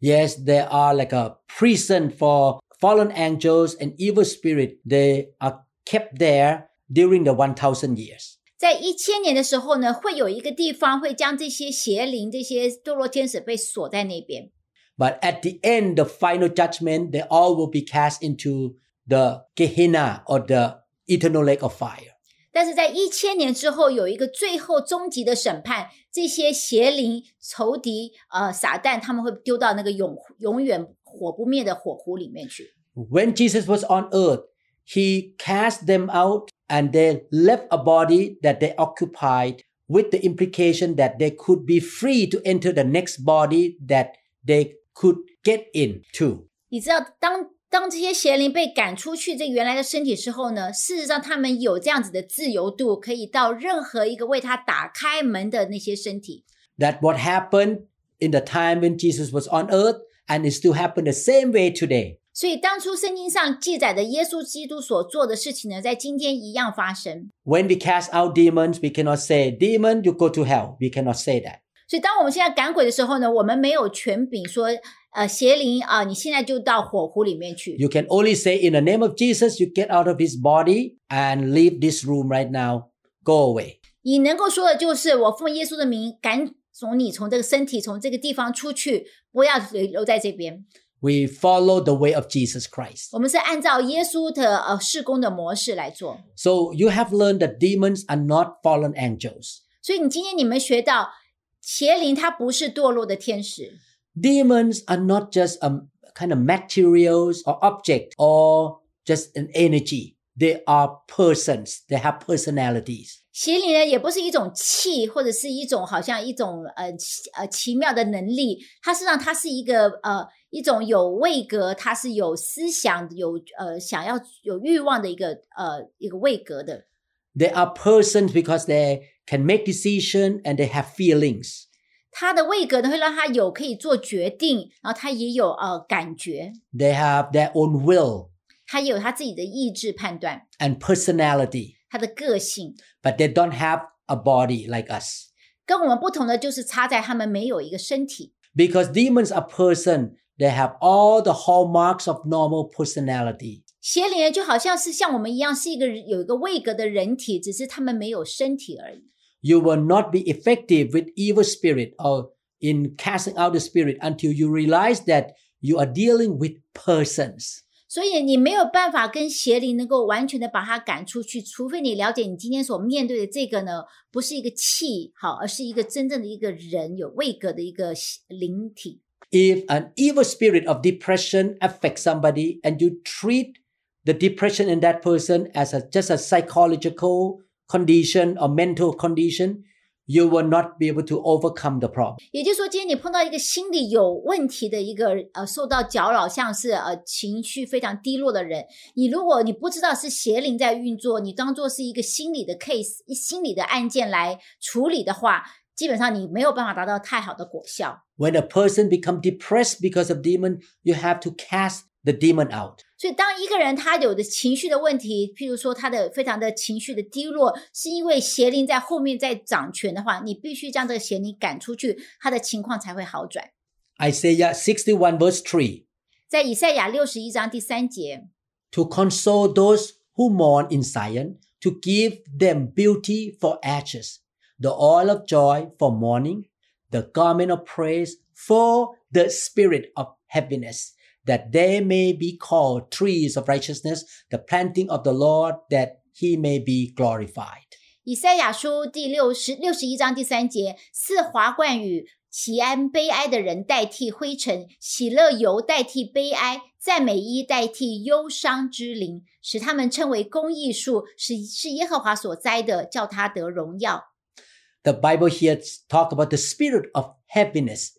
Speaker 1: Yes, there are like a prison for fallen angels and evil spirit. They are kept there during the 1000 years.
Speaker 2: 在一千年的时候呢，会有一个地方会将这些邪灵、这些堕落天使被锁在那边。
Speaker 1: But at the end, the final judgment, they all will be cast into the Gehenna or the eternal lake of fire.
Speaker 2: 但是在一千年之后，有一个最后终极的审判，这些邪灵、仇敌、呃，撒旦，他们会丢到那个永永远火不灭的火湖里面去。
Speaker 1: When Jesus was on earth, he cast them out and they left a body that they occupied with the implication that they could be free to enter the next body that they could get into.
Speaker 2: 你知道，当当这些邪灵被赶出去这原来的身体之后呢，事实上他们有这样子的自由度，可以到任何一个为他打开门的那些身体。
Speaker 1: That what happened in the time when Jesus was on earth and it still happened the same way today.
Speaker 2: 所以当初圣经上记载的耶稣基督所做的事情呢，在今天一样发生。
Speaker 1: When we cast out demons, we cannot say, demon, you go to hell. We cannot say that.
Speaker 2: 所以当我们现在赶鬼的时候呢，我们没有权柄说，呃，邪灵啊、你现在就到火湖里面去。
Speaker 1: You can only say, in the name of Jesus, you get out of his body and leave this room right now. Go away.
Speaker 2: 你能够说的就是，我奉耶稣的名赶走你从这个身体、从这个地方出去，不要留留在这边。
Speaker 1: We follow the way of Jesus Christ.
Speaker 2: 我们是按照耶稣的呃事工的模式来做。
Speaker 1: So you have learned that demons are not fallen angels.
Speaker 2: 所以你今天你们学到，邪灵它不是堕落的天使，
Speaker 1: Demons are not just a kind of materials or object or just an energy. They are persons. They have personalities.
Speaker 2: 邪灵呢也不是一种气，或者是一种好像一种呃奇呃奇妙的能力，它实际上它是一个呃一种有位格，它是有思想、有呃想要有欲望的一个呃一个位格的。
Speaker 1: They are persons because they can make decision and they have feelings.
Speaker 2: 它的位格呢会让它有可以做决定，然后它也有呃感觉，
Speaker 1: They have their own will
Speaker 2: 它也有它自己的意志判断，
Speaker 1: and personality.
Speaker 2: 它的个性。
Speaker 1: but they don't have a body like us.
Speaker 2: 跟我们不同的就是差在他们没有一个身体，
Speaker 1: Because demons are person, they have all the hallmarks of normal personality.
Speaker 2: 邪灵呢就好像是像我们一样是一个有一个位格的人体，只是他们没有身体而已。
Speaker 1: You will not be effective with evil spirit or in casting out the spirit until you realize that you are dealing with persons.
Speaker 2: 所以你没有办法跟邪灵能够完全的把它赶出去，除非你了解你今天所面对的这个呢，不是一个气好，而是一个真正的一个人有位格的一个灵体。
Speaker 1: If an evil spirit of depression affects somebody and you treat the depression in that person as a, just a psychological condition or mental condition, you will not be able to overcome the problem.
Speaker 2: 也就是说，今天你碰到一个心理有问题的一个呃，受到搅扰，像是呃情绪非常低落的人，你如果你不知道是邪灵在运作，你当做是一个心理的 case、一心理的案件来处理的话，基本上你没有办法达到太好的果效。
Speaker 1: When a person become depressed because of demon, you have to cast the demon out.
Speaker 2: 所以，当一个人他有的情绪的问题，譬如说他的非常的情绪的低落，是因为邪灵在后面在掌权的话，你必须将这个邪灵赶出去，他的情况才会好转。
Speaker 1: Isaiah 61 verse 3.
Speaker 2: 在以赛亚六十一章第三节。
Speaker 1: To console those who mourn in Zion, to give them beauty for ashes, the oil of joy for mourning, the garment of praise for the spirit of happiness, that they may be called trees of righteousness, the planting of the Lord, that he may be glorified.
Speaker 2: 以赛亚书第六十六十一章第三节，似华冠雨，喜安悲哀的人代替灰尘，喜乐油代替悲哀，赞美衣代替忧伤之灵，使他们称为公义树，是是耶和华所栽的，叫他得荣耀。
Speaker 1: The Bible here talk about the spirit of happiness.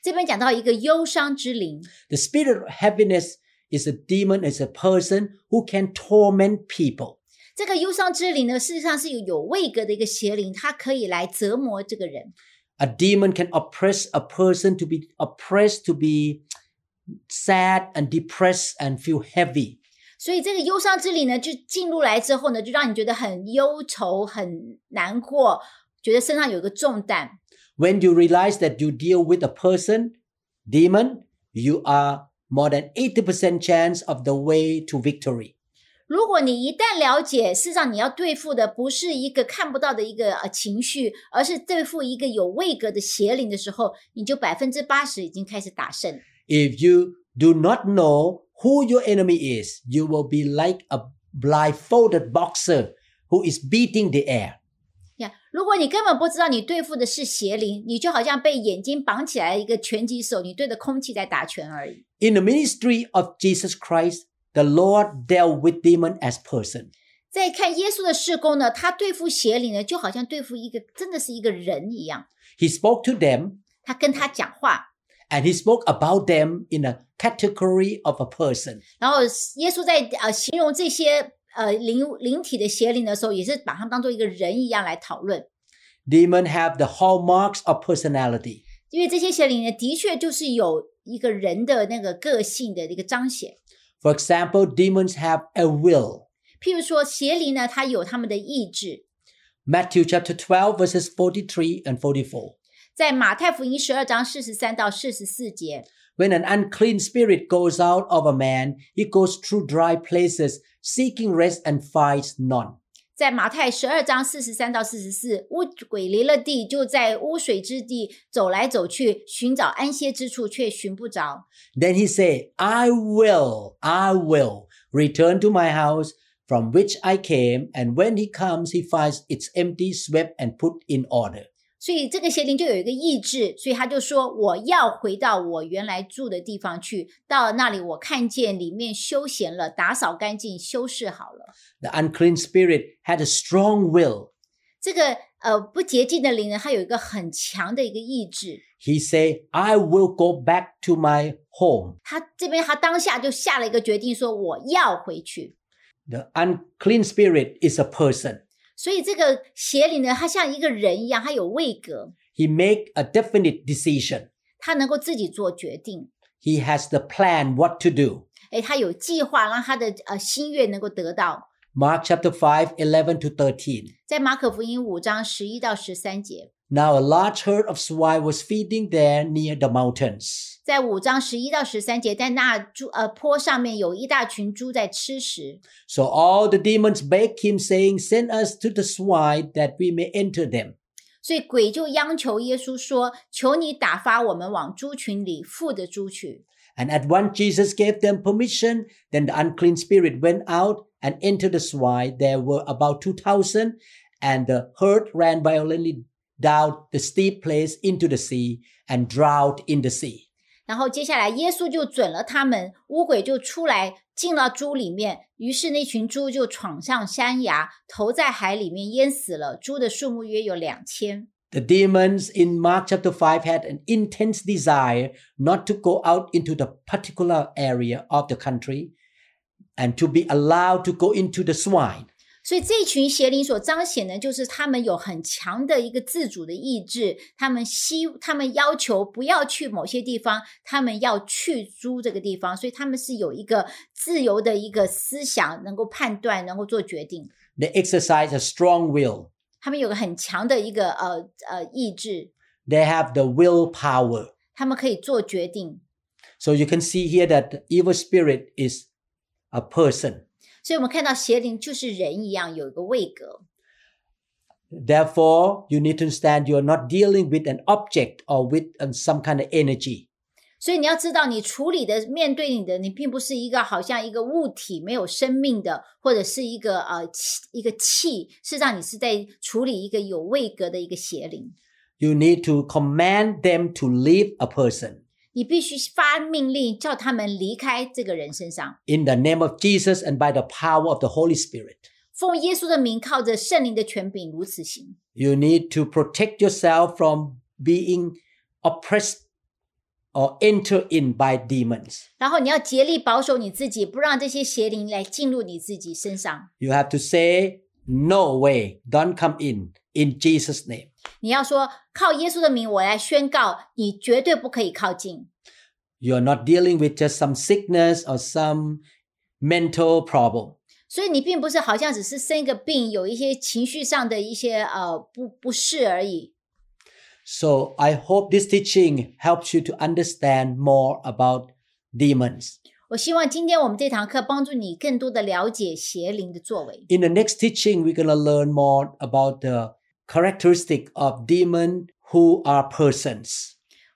Speaker 2: 这边讲到一个忧伤之灵，
Speaker 1: The spirit of happiness is a demon, is a person who can torment people.
Speaker 2: 这个忧伤之灵呢，事实上是有有位格的一个邪灵，它可以来折磨这个人。
Speaker 1: A demon can oppress a person to be oppressed, to be sad and depressed and feel heavy.
Speaker 2: 所以这个忧伤之灵呢，就进入来之后呢，就让你觉得很忧愁、很难过，觉得身上有一个重担。
Speaker 1: When you realize that you deal with a person, demon, you are more than 80% chance of the way to victory.
Speaker 2: 如果你一旦了解，事实上你要对付的不是一个看不到的一个呃情绪，而是对付一个有位格的邪灵的时候，你就百分之八十已经开始打胜。
Speaker 1: If you do not know who your enemy is, you will be like a blindfolded boxer who is beating the air.
Speaker 2: 呀、如果你根本不知道你对付的是邪灵，你就好像被眼睛绑起来的一个拳击手，你对着空气在打拳而已。
Speaker 1: In the ministry of Jesus Christ, the Lord dealt with demon as person.
Speaker 2: 再看耶稣的事工呢，他对付邪灵呢，就好像对付一个真的是一个人一样，
Speaker 1: He spoke to them
Speaker 2: 他跟他讲话，
Speaker 1: and he spoke about them in a category of a person.
Speaker 2: 然后耶稣在呃形容这些呃灵灵体的邪灵的时候，也是把他们当做一个人一样来讨论，
Speaker 1: Demon have the hallmarks of personality.
Speaker 2: 因为这些邪灵呢，的确就是有一个人的那个个性的一个彰显。
Speaker 1: For example, demons have a will.
Speaker 2: 譬如说邪灵呢，它有他们的意志，
Speaker 1: Matthew chapter 12 verses 43 and 44.
Speaker 2: 在马太福音十二章四十三到四十四节，
Speaker 1: When an unclean spirit goes out of a man, he goes through dry places, seeking rest and finds none.
Speaker 2: 在马太十二章四十三到四十四，污鬼离了地，就在污水之地走来走去，寻找安歇之处，却寻不着。
Speaker 1: Then he said, I will, I will return to my house from which I came. And when he comes, he finds it's empty, swept, and put in order.
Speaker 2: 所以这个邪灵就有一个意志，所以他就说：“我要回到我原来住的地方去，到那里我看见里面休闲了，打扫干净，修饰好了。
Speaker 1: The unclean spirit had a strong will. ”
Speaker 2: 这个呃不洁净的灵呢，它有一个很强的一个意志，
Speaker 1: He said, I will go back to my home.
Speaker 2: 他这边他当下就下了一个决定，说我要回去。
Speaker 1: The unclean spirit is a person.
Speaker 2: 所以这个邪灵呢，他像一个人一样，他有位格，
Speaker 1: He make a definite decision.
Speaker 2: 他能够自己做决定。
Speaker 1: He has the plan what to do.
Speaker 2: 诶，他有计划，让他的呃心愿能够得到。
Speaker 1: Mark chapter 5, 11 to 13.
Speaker 2: 在马可福音五章十一到十三节，
Speaker 1: Now a large herd of swine was feeding there near the mountains.
Speaker 2: 在五章十一到十三节，在那猪呃坡上面有一大群猪在吃食，
Speaker 1: So all the demons begged him, saying, Send us to the swine that we may enter them.
Speaker 2: 所以鬼就央求耶稣说：“求你打发我们往猪群里附着猪去。
Speaker 1: And at once Jesus gave them permission. Then the unclean spirit went out and entered the swine. There were about 2,000, and the herd ran violently down the steep place into the sea and drowned in the sea. ”
Speaker 2: 然后接下来耶稣就准了他们，乌鬼就出来进到猪里面，于是那群猪就闯上山崖，投在海里面淹死了。猪的数目约有两千。
Speaker 1: The demons in Mark chapter 5 had an intense desire not to go out into the particular area of the country and to be allowed to go into the swine.
Speaker 2: 所以这群邪灵所彰显的，就是他们有很强的一个自主的意志，他们希，他们要求不要去某些地方，他们要去租这个地方，所以他们是有一个自由的一个思想，能够判断，能够做决定，
Speaker 1: They exercise a strong will.
Speaker 2: 他们有个很强的一个呃呃意志，
Speaker 1: They have the willpower.
Speaker 2: 他们可以做决定。
Speaker 1: So you can see here that the evil spirit is a person.
Speaker 2: 所以我们看到邪灵就是人一样有一个位格，
Speaker 1: Therefore, you need to understand you are not dealing with an object or with um, some kind of energy.
Speaker 2: 所以你要知道，你处理的面对你的，你并不是一个好像一个物体没有生命的，或者是一个呃气一个气，事实上你是在处理一个有位格的一个邪灵。
Speaker 1: You need to command them to leave a person.
Speaker 2: 你必须发命令叫他们离开这个人身上，
Speaker 1: In the name of Jesus and by the power of the Holy Spirit,
Speaker 2: 奉耶稣的名，靠着圣灵的权柄如此行。
Speaker 1: you need to protect yourself from being oppressed or entered in by demons.
Speaker 2: 然后你要竭力保守你自己，不让这些邪灵来进入你自己身上。
Speaker 1: You have to say, No way, don't come in, in Jesus' name.
Speaker 2: 你要说靠耶稣的名，我来宣告，你绝对不可以靠近。
Speaker 1: you are not dealing with just some sickness or some mental problem.
Speaker 2: 所以你并不是好像只是生一个病，有一些情绪上的一些呃不不适而已。
Speaker 1: So I hope this teaching helps you to understand more about demons.
Speaker 2: 我我希望今天我们这堂课帮助你更多的了解邪灵的作为。
Speaker 1: In the next teaching, we're going to learn more about the characteristic of demon who are persons.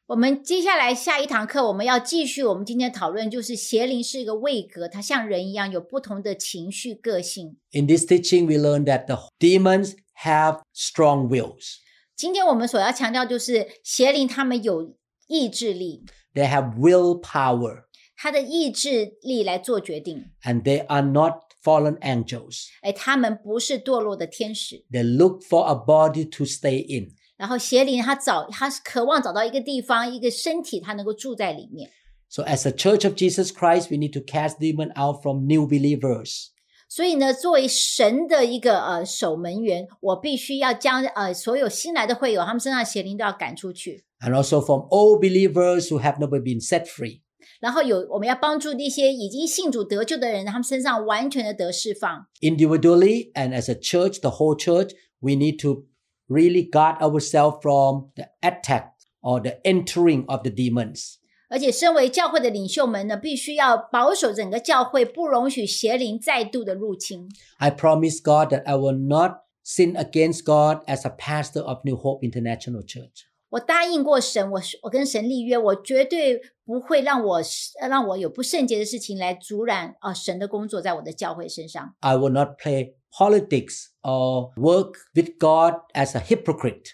Speaker 2: 我们接下来下一堂课，我们要继续我们今天讨论，就是邪灵是一个位格，它像人一样有不同的情绪、个性。
Speaker 1: In this teaching, we learned that the demons have strong wills.
Speaker 2: 今天我们所要强调就是邪灵，他们有意志力，
Speaker 1: They have willpower
Speaker 2: 他的意志力来做决定。
Speaker 1: and they are not fallen angels.
Speaker 2: 哎，他们不是堕落的天使。
Speaker 1: They look for a body to stay in.
Speaker 2: 然后邪灵他找，他是渴望找到一个地方，一个身体，他能够住在里面。
Speaker 1: So as a church of Jesus Christ, we need to cast demon out from new believers.
Speaker 2: 所以呢，作为神的一个呃守门员，我必须要将呃所有新来的会友，他们身上的邪灵都要赶出去。
Speaker 1: And also from old believers who have never been set free.
Speaker 2: 然后有我们要帮助那些已经信主得救的人，他们身上完全的得释放。
Speaker 1: Individually and as a church, the whole church, we need to really guard ourselves from the attack or the entering of the demons.
Speaker 2: 而且，身为教会的领袖们呢，必须要保守整个教会，不容许邪灵再度的入侵。
Speaker 1: I promise God that I will not sin against God as a pastor of New Hope International Church.
Speaker 2: 我答应过神，我我跟神立约，我绝对不会让我让我有不圣洁的事情来阻拦啊、呃神的工作在我的教会身上。
Speaker 1: I will not play politics or work with God as a hypocrite.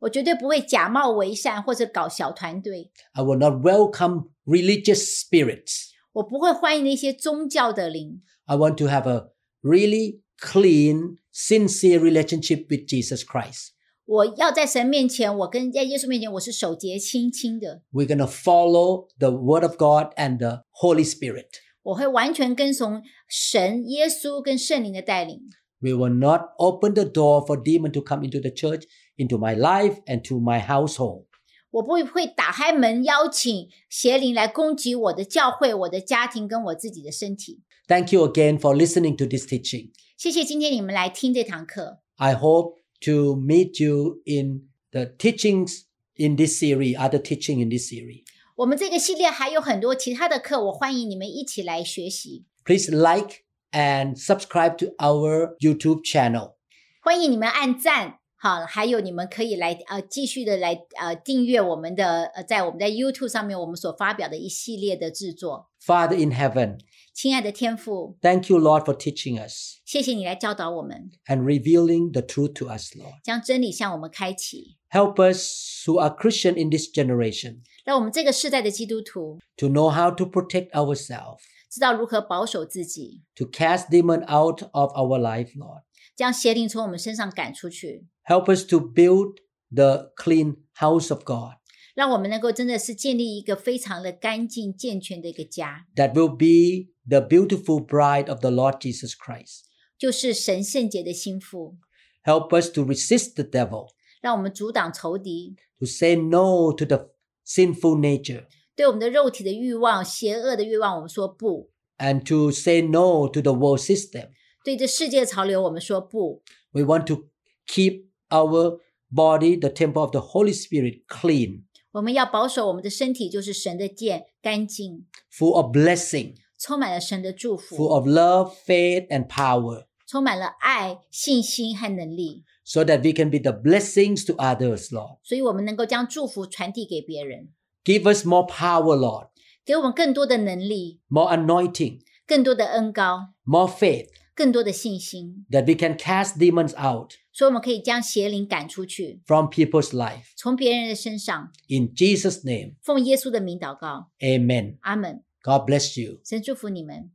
Speaker 2: 我绝对不会假冒为善或者搞小团队，
Speaker 1: I will not welcome religious spirits.
Speaker 2: 我不会欢迎那些宗教的灵。
Speaker 1: I want to have a really clean, sincere relationship with Jesus Christ.
Speaker 2: 我要在神面前，我跟在耶稣面前，我是手洁清清的，
Speaker 1: We're going to follow the Word of God and the Holy Spirit.
Speaker 2: 我会完全跟从神、耶稣跟圣灵的带领。
Speaker 1: We will not open the door for demon to come into the church, into my life, and to my household.
Speaker 2: 我不会打开门邀请邪灵来攻击我的教会、我的家庭跟我自己的身体。
Speaker 1: Thank you again for listening to this teaching.
Speaker 2: 谢谢今天你们来听这堂课，
Speaker 1: I hope to meet you in the teachings in this series, other teaching in this series.
Speaker 2: 我们这个系列还有很多其他的课，我欢迎你们一起来学习。
Speaker 1: Please like and subscribe to our YouTube channel.
Speaker 2: 欢迎你们按赞，好，还有你们可以来呃继续的来呃订阅我们的呃在我们在 YouTube 上面我们所发表的一系列的制作。
Speaker 1: Father in heaven,
Speaker 2: 亲爱的天父，
Speaker 1: thank you, Lord, for teaching us
Speaker 2: 谢谢你来教导我们，
Speaker 1: and revealing the truth to us, Lord.
Speaker 2: 将真理向我们开启，
Speaker 1: Help us who are Christian in this generation
Speaker 2: 让我们这个世代的基督徒
Speaker 1: to know how to protect ourselves,
Speaker 2: 知道如何保守自己，
Speaker 1: to cast demon out of our life, Lord.
Speaker 2: 将邪灵从我们身上赶出去，
Speaker 1: Help us to build the clean house of God
Speaker 2: 让我们能够真的是建立一个非常的干净健全的一个家，
Speaker 1: that will be the beautiful bride of the Lord Jesus Christ.
Speaker 2: 就是神圣洁的心腹，
Speaker 1: Help us to resist the devil,
Speaker 2: 让我们阻挡仇敌，
Speaker 1: to say no to the sinful nature,
Speaker 2: 对我们的肉体的欲望、邪恶的欲望，我们说不；
Speaker 1: and to say no to the world system.
Speaker 2: 对这世界潮流，我们说不。
Speaker 1: We want to keep our body, the temple of the Holy Spirit, clean,
Speaker 2: 我们要保守我们的身体，就是神的剑，干净，
Speaker 1: full of blessing,
Speaker 2: 充满了神的祝
Speaker 1: full
Speaker 2: 福，
Speaker 1: of love, faith, and power,
Speaker 2: 充满了爱、信心和能力，
Speaker 1: so that we can be the blessings to others, Lord.
Speaker 2: 所以我们能够将祝福传递给别人，
Speaker 1: Give us more power, Lord,
Speaker 2: 给我们更多的能力、
Speaker 1: more anointing,
Speaker 2: 更多的恩高、
Speaker 1: more faith,
Speaker 2: 更多的信心，
Speaker 1: that we can cast demons out
Speaker 2: 所以我们可以将邪灵赶出去，
Speaker 1: from people's life.
Speaker 2: 从别人的身上。
Speaker 1: In Jesus' name,
Speaker 2: 奉耶稣的名祷告，
Speaker 1: amen.
Speaker 2: 阿门。
Speaker 1: God bless you.
Speaker 2: 神祝福你们。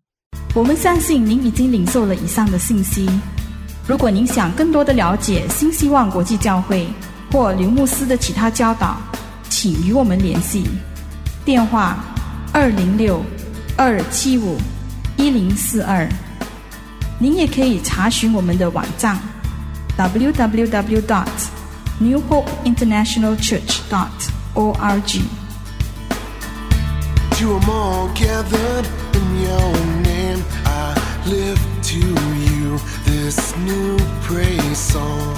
Speaker 3: 我们相信您已经领受了以上的信息。如果您想更多的了解新希望国际教会或刘牧师的其他教导，请与我们联系，电话二零六二七五一零四二。您也可以查询我们的网站 www.dot new hope international church dot org。
Speaker 4: To 'em all gathered in your name, I lift to you this new praise song.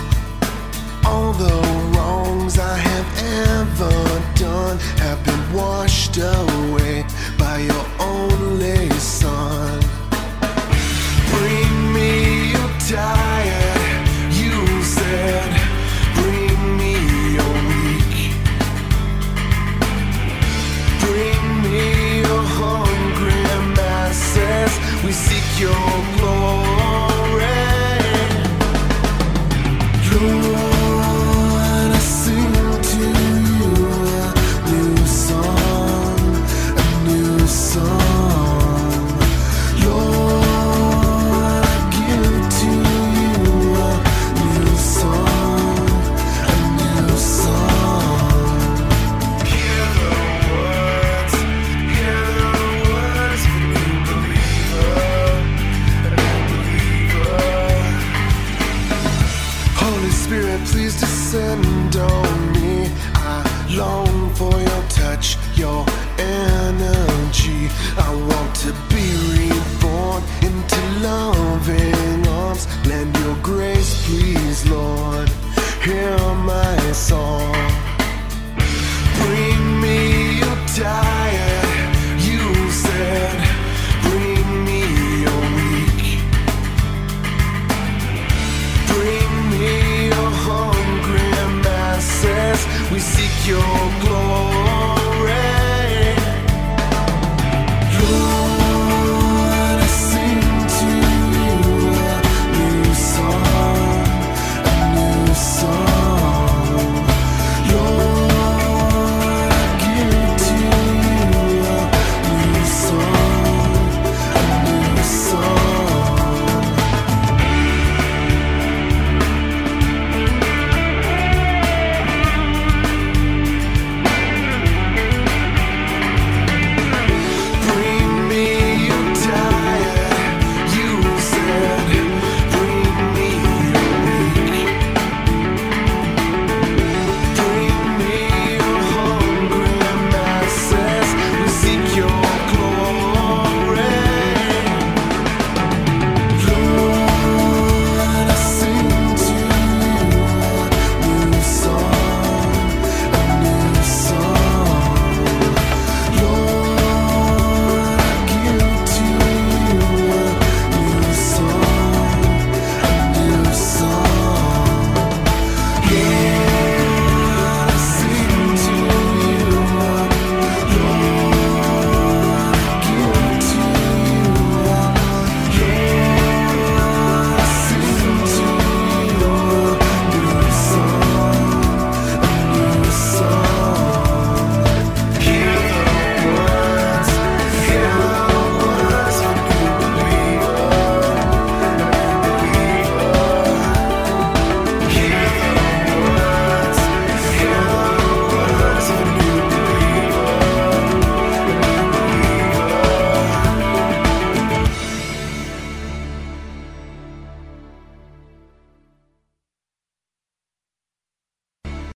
Speaker 4: All the wrongs I have ever done have been washed away by your only seek your